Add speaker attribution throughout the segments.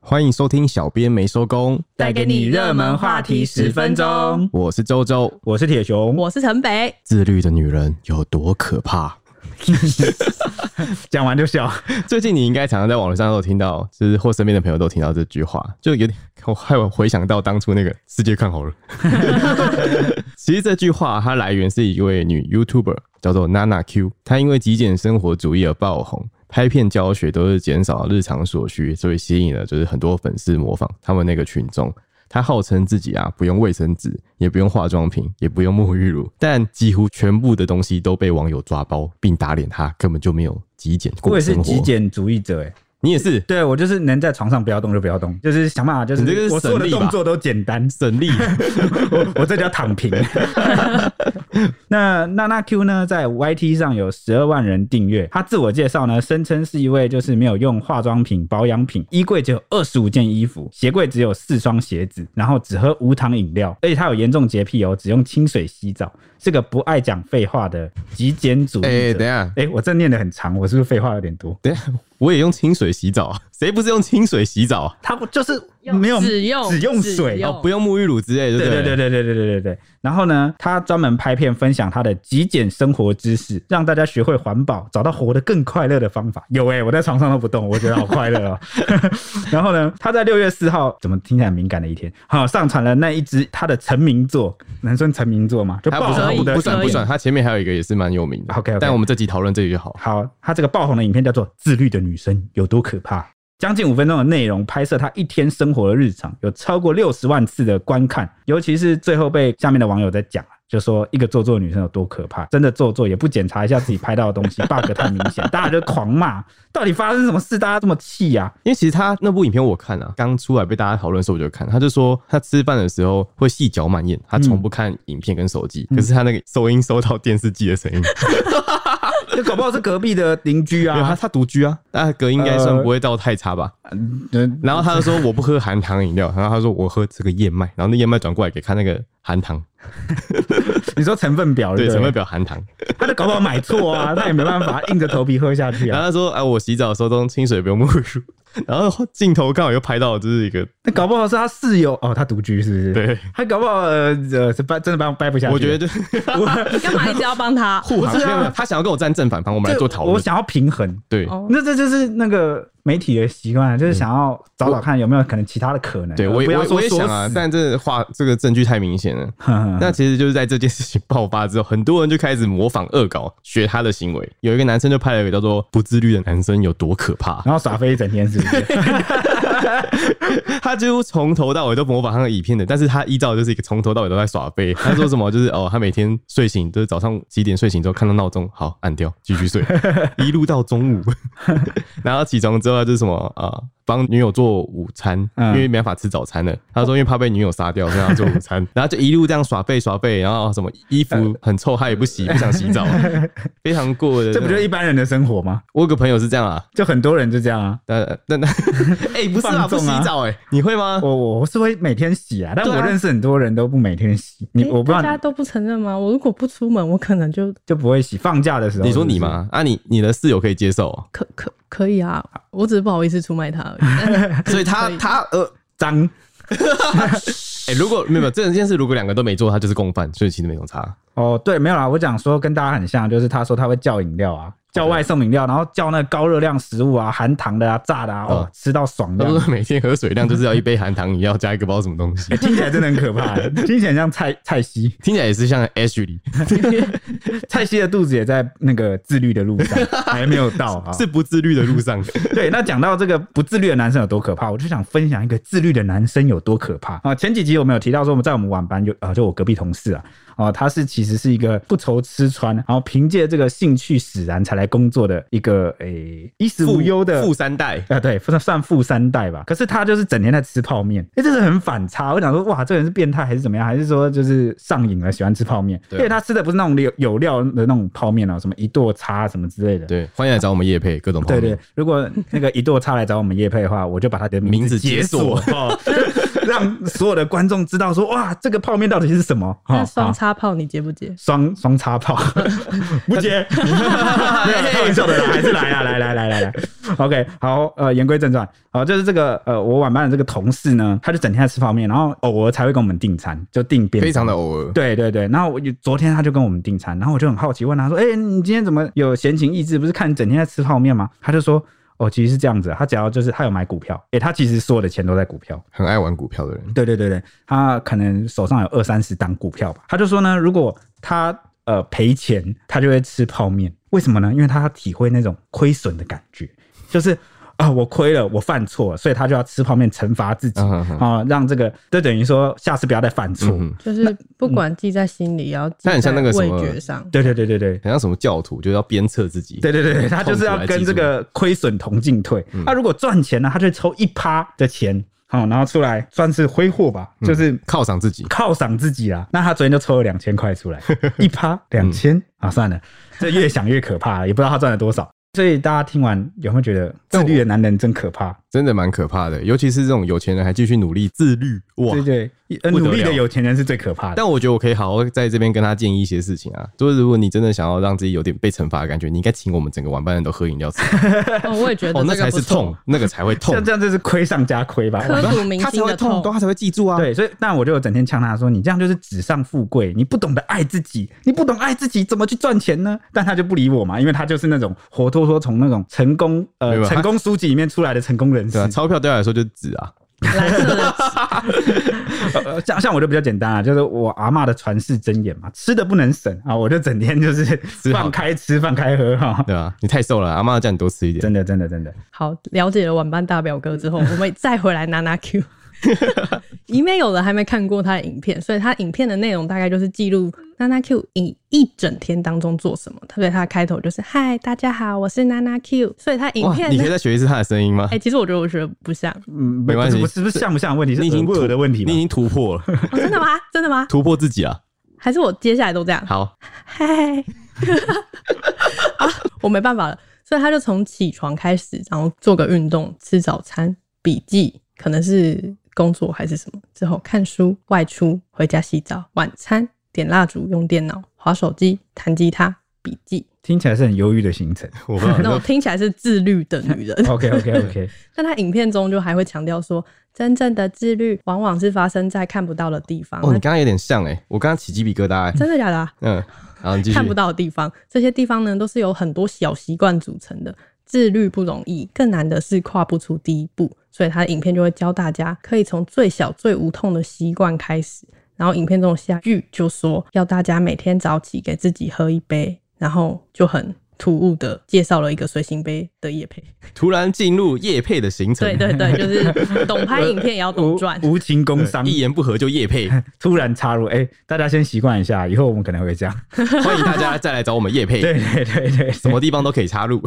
Speaker 1: 欢迎收听《小编没收工》，
Speaker 2: 带给你热门话题10分钟
Speaker 1: 我是周周。
Speaker 2: 我是铁熊，
Speaker 3: 我是城北，
Speaker 1: 自律的女人有多可怕？
Speaker 2: 讲完就笑。
Speaker 1: 最近你应该常常在网络上都有听到，就是或身边的朋友都听到这句话，就有点我害我回想到当初那个世界看好了。 其实这句话它来源是一位女 YouTuber 叫做 Nana Q，她因为极简生活主义而爆红，拍片教学都是减少日常所需，所以吸引了就是很多粉丝模仿他们那个群众。她号称自己啊不用卫生纸，也不用化妆品，也不用沐浴乳，但几乎全部的东西都被网友抓包并打脸她，根本就没有极简过
Speaker 2: 我也是
Speaker 1: 生活。
Speaker 2: 极简主义者，哎，
Speaker 1: 你也是
Speaker 2: 对我就是能在床上不要动就不要动，就是想办法，就
Speaker 1: 你这个
Speaker 2: 是
Speaker 1: 是
Speaker 2: 我所有的
Speaker 1: 省力吧
Speaker 2: 动作都简单，
Speaker 1: 省力，
Speaker 2: 我我这叫躺平。那娜娜 Q 呢，在 YT 上有十二万人订阅。她自我介绍呢，声称是一位就是没有用化妆品、保养品，衣柜只有二十五件衣服，鞋柜只有四双鞋子，然后只喝无糖饮料，而且她有严重洁癖哦，只用清水洗澡，是个不爱讲废话的极简主义者。
Speaker 1: 哎、等一下，
Speaker 2: 哎、我正念的很长，我是不是废话有点多？
Speaker 1: 等一下，我也用清水洗澡啊，谁不是用清水洗澡啊？
Speaker 2: 他不就是没有
Speaker 3: 只用
Speaker 2: 只用水
Speaker 3: 只
Speaker 2: 哦
Speaker 3: 用
Speaker 1: 不用沐浴乳之类的，
Speaker 2: 对
Speaker 1: 对
Speaker 2: 对
Speaker 1: 不
Speaker 2: 对对对对对对对。然后呢，他专门拍片分享他的极简生活知识，让大家学会环保，找到活得更快乐的方法。有哎、我在床上都不动，我觉得好快乐 哦。然后呢，他在六月四号，怎么听起来很敏感的一天，好、上传了那一支他的成名作，男生成名作嘛，就
Speaker 1: 他
Speaker 2: 爆
Speaker 1: 不
Speaker 3: 可以
Speaker 1: 算
Speaker 2: 红的
Speaker 1: 不算
Speaker 3: 可以
Speaker 1: 不算，他前面还有一个也是蛮有名的。
Speaker 2: OK，OK
Speaker 1: 但我们这集讨论这个就好。
Speaker 2: 好，他这个爆红的影片叫做《自律的女生有多可怕》，将近五分钟的内容，拍摄她一天生活的日常，有超过六十万次的观看，尤其是最后被下面的网友在讲啊。就说一个做作的女生有多可怕，真的做作也不检查一下自己拍到的东西 ，bug 太明显，大家就狂骂，到底发生什么事，大家这么气啊呀、
Speaker 1: 因为其实他那部影片我看啊，刚出来被大家讨论的时候我就看，他就说他吃饭的时候会细嚼慢咽，他从不看影片跟手机，可是他那个收音收到电视机的声音，
Speaker 2: 就搞不好是隔壁的邻居
Speaker 1: 因为他
Speaker 2: 啊，
Speaker 1: 他独居啊，那隔音应该算不会到太差吧？
Speaker 2: 嗯
Speaker 1: 然后他就说我不喝含糖饮料，然后他说我喝这个燕麦，然后那燕麦转过来给看那个含糖，
Speaker 2: 你说成分表
Speaker 1: 对，
Speaker 2: 不
Speaker 1: 成分，表含糖。
Speaker 2: 他就搞不好买错啊，他也没办法，硬着头皮喝下去
Speaker 1: 然
Speaker 2: 啊，
Speaker 1: 后他说：“啊，我洗澡的时候都用清水，不用沐浴乳。” 然后镜头刚好又拍到，就是一个
Speaker 2: 那搞不好是他室友哦，他独居是不是？
Speaker 1: 对，
Speaker 2: 他搞不好呃呃是掰真的掰掰不下去。
Speaker 1: 我觉 得
Speaker 3: 你干嘛一直要帮他？
Speaker 1: 护航
Speaker 2: 不是啊
Speaker 1: 没有没有他想要跟我站正反方，我们来
Speaker 2: 这
Speaker 1: 做讨
Speaker 2: 我
Speaker 1: 论。
Speaker 2: 想要平衡，
Speaker 1: 对
Speaker 3: 哦
Speaker 2: 那这就是那个媒体的习惯，就是想要找找看有没有可能其他的可能。
Speaker 1: 嗯对，我
Speaker 2: 而不
Speaker 1: 也
Speaker 2: 要
Speaker 1: 我也
Speaker 2: 说嗯
Speaker 1: 我也想啊， 但这话这个证据太明显了。
Speaker 2: 那
Speaker 1: 那其实就是在这件事情爆发之后，很多人就开始模仿恶搞，学他的行为。有一个男生就拍了一个叫做“不自律的男生有多可怕”，
Speaker 2: 然后耍飞一整天是 不是？
Speaker 1: 他几乎从头到尾都模仿他的影片的，但是他依照就是一个从头到尾都在耍废。他说什么就是哦，他每天睡醒就是早上几点睡醒之后看到闹钟，好按掉继续 睡，一路到中午，然后起床之后他就是什么啊。呃帮女友做午餐，因
Speaker 2: 嗯
Speaker 1: 为没办法吃早餐了。他说，因为怕被女友杀掉，所以他做午 餐。然后就一路这样耍废耍废，然后什么衣服很臭，他也不洗，不想洗 澡，非常过的。
Speaker 2: 这不就是一般人的生活吗？
Speaker 1: 我有个朋友是这样啊，
Speaker 2: 就很多人就这样啊。
Speaker 1: 但但 但，哎、不是啊，
Speaker 2: 放
Speaker 1: 不
Speaker 2: 纵
Speaker 1: 洗
Speaker 2: 啊
Speaker 1: 澡哎、你会吗？
Speaker 2: 我我是会每天洗啊，但
Speaker 1: 对啊
Speaker 2: 我认识很多人都不每天洗， 你
Speaker 3: 诶
Speaker 2: 我不知道
Speaker 3: 大家
Speaker 2: 你
Speaker 3: 都不承认吗？我如果不出门，我可能就
Speaker 2: 就不会洗。放假的时候，
Speaker 1: 你说你？吗？啊你，你的室友可以接受哦、
Speaker 3: 可可可以啊，我只是不好意思出卖他而已。
Speaker 1: 所以他
Speaker 3: 可以
Speaker 1: 他呃，
Speaker 2: 脏，
Speaker 1: 哎、如果没有没有这件事，如果两个都没做，他就是共犯，所以其实没什么差。
Speaker 2: 哦，对，没有啦，我讲说跟大家很像，就是他说他会叫饮料啊，叫外送饮料，然后叫那高热量食物啊，含糖的啊，炸的啊，哦
Speaker 1: 嗯，
Speaker 2: 吃到爽
Speaker 1: 他
Speaker 2: 的。
Speaker 1: 说 每天喝水量就是要一杯含糖饮料加一个不知道什么东西，
Speaker 2: 欸听起来真的很可怕，听起来很像蔡蔡西，
Speaker 1: 听起来也是像 H 里
Speaker 2: 蔡西的肚子也在那个自律的路上，还没有到啊。
Speaker 1: 是不自律的路 上。
Speaker 2: 对，那讲到这个不自律的男生有多可怕，我就想分享一个自律的男生有多可怕啊。前几集我们有提到说，我们在我们晚班就啊、就我隔壁同事啊，哦、他是其实是一个不愁吃穿，然后凭借这个兴趣使然才来工作的一个诶、衣食无忧的
Speaker 1: 富三代，
Speaker 2: 啊，对，算算富三代吧。可是他就是整天在吃泡面，哎、这是很反差。我想说，哇，这个人是变态还是怎么样？还是说就是上瘾了，喜欢吃泡面？
Speaker 1: 对啊
Speaker 2: 因为他吃的不是那种有有料的那种泡面啊，什么一剁叉什么之类的。
Speaker 1: 对，欢迎来找我们叶配各种泡
Speaker 2: 对
Speaker 1: 面。
Speaker 2: 对，如果那个一剁叉来找我们叶配的话，我就把他的
Speaker 1: 名字
Speaker 2: 字
Speaker 1: 解
Speaker 2: 解
Speaker 1: 锁
Speaker 2: 锁。哦， 让所有的观众知道说，哇，这个泡面到底是什么？
Speaker 3: 那
Speaker 2: 哦
Speaker 3: 双
Speaker 2: 好
Speaker 3: 叉炮你接不接？
Speaker 2: 双双叉炮， 不 接，没有啦开玩笑的啦，还是来啊，来来来来来，OK，好，呃，言归正传，好，就是这个呃，我晚班的这个同事呢，他就整天在吃泡面，然后偶尔才会跟我们订餐，就订便当
Speaker 1: 非常的偶尔。
Speaker 2: 对对对，然后我就昨天他就跟我们订餐，然后我就很好奇问他说：“哎、你今天怎么有闲情逸致？不是看你整天在吃泡面吗？”他就说：“哦，其实是这样子，他只要就是他有买股票，哎、他其实所有的钱都在股票。
Speaker 1: 很爱玩股票的人，
Speaker 2: 对对对对，他可能手上有二三十档股票吧。他就说呢，如果他呃赔钱，他就会吃泡面。为什么呢？因为他体会那种亏损的感觉，就是。”啊、我亏了，我犯错了，所以他就要吃泡面惩罚自己啊、
Speaker 1: 嗯哼
Speaker 2: 让这个就等于说下次不要再犯
Speaker 1: 嗯
Speaker 2: 错。
Speaker 1: 哼
Speaker 3: 就是不管记在心
Speaker 2: 嗯
Speaker 3: 里，也要记
Speaker 1: 那很像那
Speaker 3: 在
Speaker 1: 个什
Speaker 3: 味
Speaker 1: 么
Speaker 3: 觉上。
Speaker 2: 对对对对对，
Speaker 1: 很像什么教徒，就是要鞭策自己。
Speaker 2: 对对对，他就是要跟这个亏损同进退。
Speaker 1: 嗯
Speaker 2: 他、如果赚钱呢，他就抽一趴的钱，好、然后出来算是挥霍吧，
Speaker 1: 嗯
Speaker 2: 就是
Speaker 1: 犒赏自己，
Speaker 2: 犒赏自己啦。那他昨天就抽了两千块出来， 一趴两千啊，算了，这越想越可怕，也不知道他赚了多少。所以大家听完有没有觉得自律的男人真可怕？
Speaker 1: 真的蛮可怕的。尤其是这种有钱人还继续努力自律，哇！
Speaker 2: 对对，呃
Speaker 1: 不得了
Speaker 2: 努力的有钱人是最可怕的。
Speaker 1: 但我觉得我可以好好在这边跟他建议一些事情啊，就是如果你真的想要让自己有点被惩罚的感觉，你应该请我们整个晚班人都喝饮料吃，
Speaker 3: 哦，我也觉
Speaker 1: 哦
Speaker 3: 得，
Speaker 1: 那
Speaker 3: 这
Speaker 1: 才
Speaker 3: 个不
Speaker 1: 是痛
Speaker 3: 错。，
Speaker 1: 那个才会 痛
Speaker 2: 像，这样就是亏上加亏吧。
Speaker 3: 刻骨铭
Speaker 1: 他才
Speaker 3: 心
Speaker 1: 会
Speaker 3: 的
Speaker 1: 痛，
Speaker 3: 痛，
Speaker 1: 他才会记住啊。
Speaker 2: 对，所以那我就整天呛他说：“你这样就是纸上富贵，你不懂得爱自己，你不懂爱自己怎么去赚钱呢？”但他就不理我嘛，因为他就是那种活脱脱从那 种成功
Speaker 1: 没
Speaker 2: 呃
Speaker 1: 有
Speaker 2: 成功书籍里面出来的成功人士
Speaker 1: 对。啊，钞票对他来说就是纸啊，
Speaker 3: 蓝色的
Speaker 2: 呃 像像我就比较简单啊，就是我阿嬷的传世箴言嘛，吃的不能省啊，我就整天就是
Speaker 1: 吃好
Speaker 2: 放开吃放开喝哈、
Speaker 1: 对啊，你太瘦了，阿妈叫你多吃一点。
Speaker 2: 真的真的真的，
Speaker 3: 好，了解了晚班大表哥之
Speaker 1: 嗯
Speaker 3: 后，我们再回来拿拿 Q。因为有人还没看过他的影片，所以他影片的内容大概就是记录娜娜 Q 一一整天当中做什么。特别他的开头就是“嗨，大家好，我是娜娜 Q”，所以他影
Speaker 1: 哇，
Speaker 3: 片
Speaker 1: 你
Speaker 3: 呢
Speaker 1: 可以，再学一次他的声音吗
Speaker 3: 哎、？其实我觉得我学得不像、
Speaker 2: 嗯，
Speaker 1: 没关系
Speaker 2: 不是不是像不像的问题，是
Speaker 1: 你已经
Speaker 2: 耳
Speaker 1: 突
Speaker 2: 不耳的问题嘛
Speaker 1: 你已。经突破了，
Speaker 3: 哦，真的吗？真的吗？
Speaker 1: 突破自己了。
Speaker 3: 还是我接下来都这样？
Speaker 1: 好，
Speaker 3: 嗨，啊我没办法了，所以他就从起床开始，然后做个运动，吃早餐，笔记可能是工作还是什么，之后看书，外出，回家洗澡，晚餐点蜡烛，用电脑，划手机，弹吉他，笔 记。
Speaker 2: 听起来是很忧郁的行程。
Speaker 1: 我不知道
Speaker 3: 那我听起来是自律的 女人，
Speaker 2: OK OK OK，
Speaker 3: 但她影片中就还会强调说，真正的自律往往是发生在看不到的地方。
Speaker 1: 哦，
Speaker 3: 那
Speaker 1: 你刚刚有点像哎，我刚刚起鸡皮疙瘩哎。
Speaker 3: 真的假的、啊？
Speaker 1: 嗯，好，你继续。
Speaker 3: 看不到的地方，这些地方呢都是由很多小习惯组成的。自律不容易，更难的是跨不出第一步。所以他的影片就会教大家，可以从最小最无痛的习惯开始。然后影片中的下句就说，要大家每天早起给自己喝一杯，然后就很突兀的介绍了一个随行杯的夜配。
Speaker 1: 突然进入夜配的行程，
Speaker 3: 对对对，就是懂拍影片也要懂
Speaker 2: 无
Speaker 3: 赚。
Speaker 2: 无情工
Speaker 1: 对
Speaker 2: 伤，
Speaker 1: 一言不合就夜配，
Speaker 2: 突然插入，哎、大家先习惯一下，以后我们可能会这样。
Speaker 1: 欢迎大家再来找我们夜配，
Speaker 2: 对对对对，
Speaker 1: 什么地方都可以插入。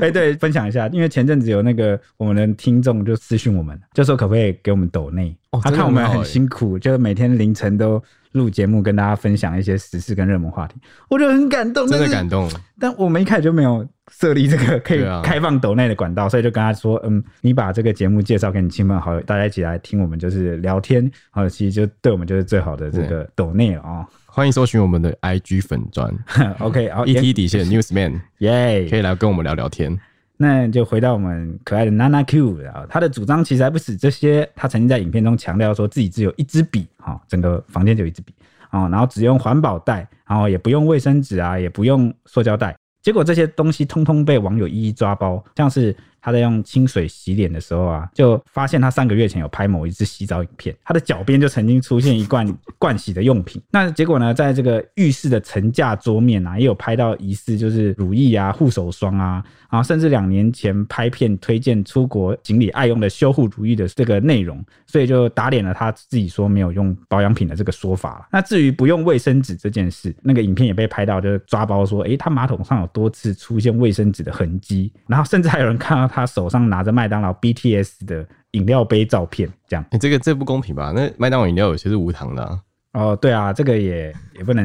Speaker 2: 哎、对，分享一下，因为前阵子有那个我们的听众就私讯我们，就说可不可以给我们抖内、
Speaker 1: 哦
Speaker 2: 他
Speaker 1: 真的
Speaker 2: 看我们
Speaker 1: 很好
Speaker 2: 很
Speaker 1: 欸
Speaker 2: 辛苦，就是每天凌晨都录节目，跟大家分享一些时事跟热门话题，我觉得很感动，
Speaker 1: 真的
Speaker 2: 但是
Speaker 1: 感动，
Speaker 2: 但我们一开始就没有设立这个可以
Speaker 1: 对啊
Speaker 2: 开放抖内的管道，所以就跟他说，嗯，你把这个节目介绍给你亲朋好友，大家一起来听我们就是聊天，好，其实就对我们就是最好的这个抖内了啊、
Speaker 1: 欢迎搜寻我们的 IG 粉砖
Speaker 2: OK，好，
Speaker 1: ET 底线 Newsman，
Speaker 2: 耶
Speaker 1: 可以来跟我们聊聊天。
Speaker 2: 那就回到我们可爱的娜娜 Q 啊，她的主张其实还不止这些。她曾经在影片中强调说自己只有一支笔，哈、整个房间只有一支笔啊、哦然后只用环保袋，然后也不用卫生纸啊，也不用塑胶袋。结果这些东西通通被网友一一抓包，像是她在用清水洗脸的时候啊，就发现她三个月前有拍某一支洗澡影片，她的脚边就曾经出现一罐 盥洗的用品。那结果呢，在这个浴室的层架桌面啊，也有拍到疑似就是乳液啊、护手霜啊，啊，甚至两年前拍片推荐出国锦鲤爱用的修护如意的这个内容，所以就打脸了他自己说没有用保养品的这个说法了。那至于不用卫生纸这件事，那个影片也被拍到，就是抓包说，诶，他马桶上有多次出现卫生纸的痕迹，然后甚至还有人看到他手上拿着麦当劳 BTS 的饮料杯照片，这样。
Speaker 1: 欸你这个这不公平吧？那麦当劳饮料有些是无糖的啊，
Speaker 2: 哦，对啊，这个也也不能，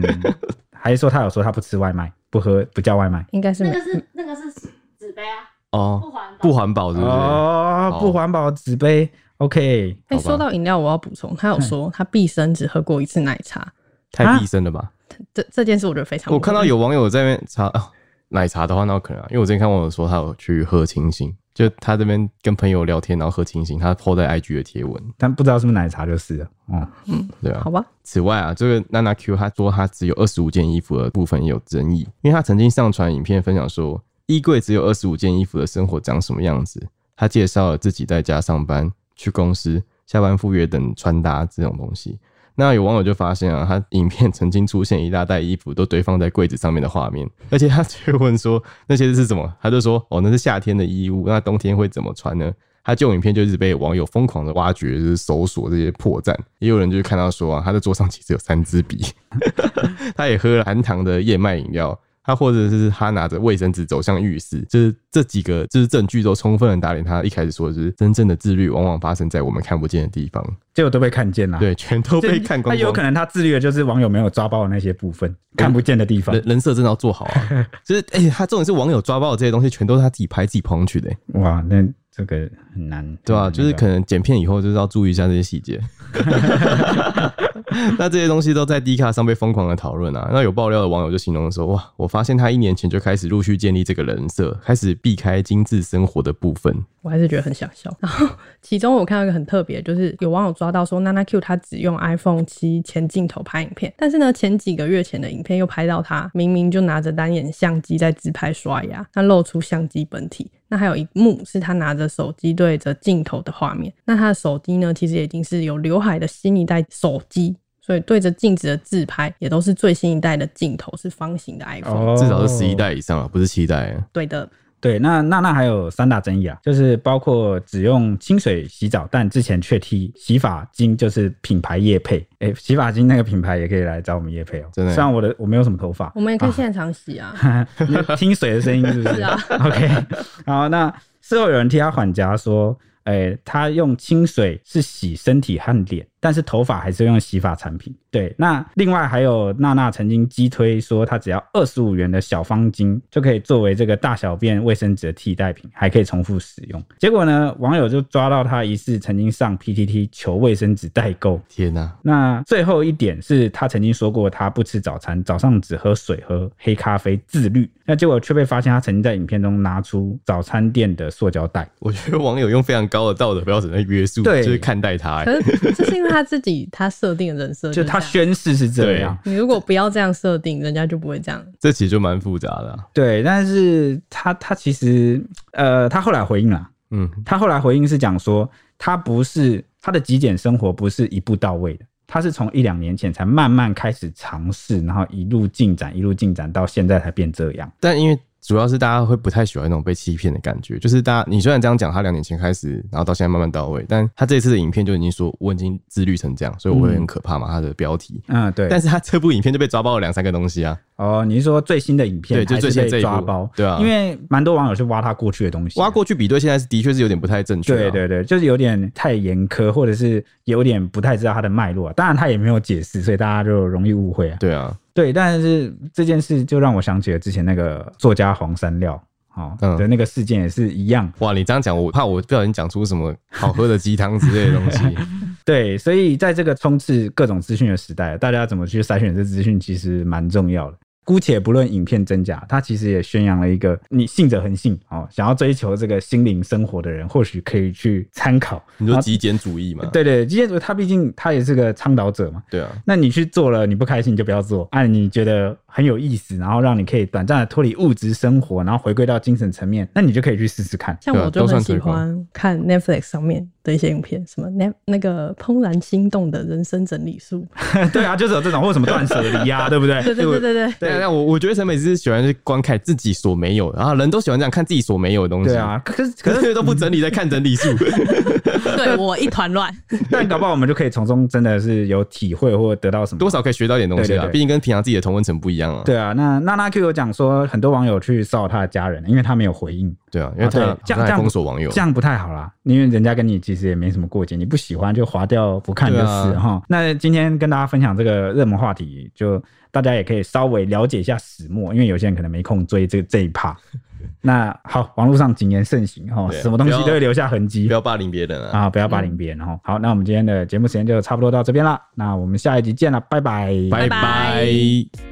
Speaker 2: 还是说他有说他不吃外卖，不喝不叫外卖。
Speaker 3: 应该是
Speaker 4: 那
Speaker 3: 没
Speaker 4: 个是那个是纸杯啊，
Speaker 1: 哦，
Speaker 4: 不环保。
Speaker 1: 不环保是不是？
Speaker 2: 哦哦，不环保纸杯。 OK，
Speaker 3: 哎、
Speaker 1: 好吧
Speaker 3: 说到饮料，我要补充，他有说他毕生只喝过一次奶茶，
Speaker 1: 太逼真了吧？
Speaker 3: 这这件事我觉得非常。
Speaker 1: 我看到有网友在那边查、啊、奶茶的话，那可能、啊，因为我之前看网友说他有去喝清醒，就他这边跟朋友聊天，然后喝清醒，他 PO 在 IG 的贴文。
Speaker 2: 但不知道是不是奶茶就是了。哦，
Speaker 1: 对啊
Speaker 3: 好。吧，
Speaker 1: 此外啊，这个娜娜 Q 她说她只有二十五件衣服的部分也有争议，因为她曾经上传影片分享说，衣柜只有二十五件衣服的生活长什么样子。她介绍了自己在家上班、去公司、下班赴约等穿搭这种东西。那有网友就发现啊，她影片曾经出现一大袋衣服都堆放在柜子上面的画面，而且她却问说那些是什么，她就说哦那是夏天的衣物，那冬天会怎么穿呢？他旧影片就是被网友疯狂的挖掘，就是搜索这些破绽。也有人就看到说啊，他的桌上其实有三支笔， 他也喝了含糖的燕麦饮料，他或者是他拿着卫生纸走向浴室，就是这几个就是证据都充分的打脸他一开始说的就是真正的自律往往发生在我们看不见的地方，
Speaker 2: 结果都被看见了。，
Speaker 1: 对，全都被看光
Speaker 2: 那有可
Speaker 1: 光。
Speaker 2: 能他自律的就是网友没有抓包的那些部分，看不见的地方
Speaker 1: 人。人设真的要做好啊！ 就是，哎、他重点是网友抓包的这些东西，全都是他自己拍、自己捧去的、欸
Speaker 2: 哇，那这个很难。
Speaker 1: 对啊，
Speaker 2: 很难
Speaker 1: 就是
Speaker 2: 那个
Speaker 1: 可能剪片以后就是要注意一下这些细节。 那这些东西都在 D 卡上被疯狂的讨论啊。那有爆料的网友就形容说：“哇，我发现他一年前就开始陆续建立这个人设，开始避开精致生活的部分。
Speaker 3: 我还是觉得很想笑。 然后其中我看到一个很特别，就是有网友抓到说娜娜 Q 她只用 iPhone 七前镜头拍影片，但是呢前几个月前的影片又拍到她明明就拿着单眼相机在自拍刷牙，那露出相机本体。那还有一幕是她拿着手机对着镜头的画面，那她的手机呢其实已经是有刘海的新一代手机。所以对着镜子的自拍也都是最新一代的镜头，是方形的 iPhone，、
Speaker 2: 哦
Speaker 1: 至少是十一代以上啊，不是七代啊。
Speaker 3: 对的，
Speaker 2: 对，那娜娜还有三大争议啊，就是包括只用清水洗澡，但之前却替洗发精就是品牌业配，哎、洗发精那个品牌也可以来找我们业配哦、
Speaker 1: 真的
Speaker 2: 虽然我的我没有什么头发
Speaker 3: 我，们也可以现场洗啊。
Speaker 2: 你 听水的声音是不是
Speaker 3: 是啊
Speaker 2: ？OK，好，那事后有人替他缓颊说，哎、他用清水是洗身体和脸，但是头发还是用洗发产品。对，那另外还有娜娜曾经击推说，她只要二十五元的小方巾就可以作为这个大小便卫生纸的替代品，还可以重复使用。结果呢，网友就抓到她疑似曾经上 PTT 求卫生纸代购，
Speaker 1: 天哪、
Speaker 2: 那最后一点是他曾经说过，他不吃早餐，早上只喝水、喝黑咖啡，自律。那结果却被发现他曾经在影片中拿出早餐店的塑胶袋。
Speaker 1: 我觉得网友用非常高的道德标准在约束，
Speaker 2: 对
Speaker 1: 就是看待他、欸
Speaker 3: 可是这是因为他自己他设定的人设，
Speaker 2: 就他
Speaker 3: 这样。
Speaker 2: 宣誓是这样，
Speaker 3: 你如果不要这样设定，人家就不会这样。
Speaker 1: 这其实就蛮复杂的啊、
Speaker 2: 对，但是他他其实呃，他后来回应了，
Speaker 1: 嗯，
Speaker 2: 他后来回应是讲说，他不是他的极简生活不是一步到位的，他是从一两年前才慢慢开始尝试，然后一路进展，一路进展到现在才变这样。
Speaker 1: 但因为主要是大家会不太喜欢那种被欺骗的感觉，就是大家你虽然这样讲，他两年前开始，然后到现在慢慢到位，但他这次的影片就已经说我已经自律成这样，所以我会很可怕嘛，他的标题。
Speaker 2: 嗯，对。
Speaker 1: 但是他这部影片就被抓包了两三个东西啊，
Speaker 2: 哦，你是说最新的影片
Speaker 1: 对就
Speaker 2: 还是
Speaker 1: 最新的这
Speaker 2: 被
Speaker 1: 一
Speaker 2: 抓
Speaker 1: 部
Speaker 2: 包？
Speaker 1: 对啊
Speaker 2: 因为蛮多网友是挖他过去的东西，
Speaker 1: 挖。过去比对，现在是的确是有点不太正确、啊。
Speaker 2: 对对对，就是有点太严苛，或者是有点不太知道他的脉络、啊。当然他也没有解释，所以大家就容易误会啊。
Speaker 1: 对啊，
Speaker 2: 对，但是这件事就让我想起了之前那个作家黄山料哦
Speaker 1: 嗯
Speaker 2: 的那个事件也是一样。
Speaker 1: 哇，你这样讲，我怕我不小心讲出什么好喝的鸡汤之类的东 西。
Speaker 2: 对，所以在这个充斥各种资讯的时代，大家怎么去筛选这资讯，其实蛮重要的。姑且不论影片真假，它其实也宣扬了一个你信者恒信哦，想要追求这个心灵生活的人，或许可以去参考。
Speaker 1: 你说极简主义嘛？
Speaker 2: 对对，基建组他毕竟他也是个倡导者嘛，
Speaker 1: 对啊，
Speaker 2: 那你去做了，你不开心你就不要做，按、你觉得很有意思，然后让你可以短暂的脱离物质生活，然后回归到精神层面，那你就可以去试试看。
Speaker 3: 像
Speaker 1: 对啊
Speaker 3: 我就很喜
Speaker 1: 都算
Speaker 3: 欢看 Netflix 上面的一些影片，什么那那个怦然心动的人生整理术，
Speaker 2: 对啊，就是有这种或什么断舍离呀、对不对？
Speaker 3: 对对对对对，
Speaker 1: 对啊，但我我觉得陈美是喜欢去观看自己所没有的，然啊后人都喜欢这样看自己所没有的东西。
Speaker 2: 对，啊，可是可
Speaker 1: 可
Speaker 2: 是
Speaker 1: 是都不整理，在看整 理术。
Speaker 3: 对我一团乱。
Speaker 2: 但搞不好我们就可以从中真的是有体会或得到什么
Speaker 1: 多。少可以学到一点东西
Speaker 2: 对对
Speaker 1: 啊，
Speaker 2: 对
Speaker 1: 毕竟跟平常自己的同温层不一样啊。
Speaker 2: 对啊，那娜娜 Q 有讲说，很多网友去骚扰他的家人，因为他没有回应，
Speaker 1: 对啊，因为他
Speaker 2: 啊对这
Speaker 1: 他
Speaker 2: 样这
Speaker 1: 还
Speaker 2: 样
Speaker 1: 封锁网友
Speaker 2: 这，样不太好啦。因为人家跟你其实也没什么过节，你不喜欢就划掉不看就是
Speaker 1: 对啊
Speaker 2: 哈、那今天跟大家分享这个热门话题， 就大家也可以稍微了解一下始末，因为有些人可能没空追这这一趴。那好，网络上谨言慎行哦，
Speaker 1: 对啊
Speaker 2: 什么东西
Speaker 1: 不要
Speaker 2: 都会留下痕迹
Speaker 1: 不。要霸凌别人啊！
Speaker 2: 啊，不要霸凌别人哦。好，那我们今天的节目时间就差不多到这边啦。那我们下一集见了，拜拜，
Speaker 1: 拜
Speaker 3: 拜
Speaker 1: 拜
Speaker 3: 拜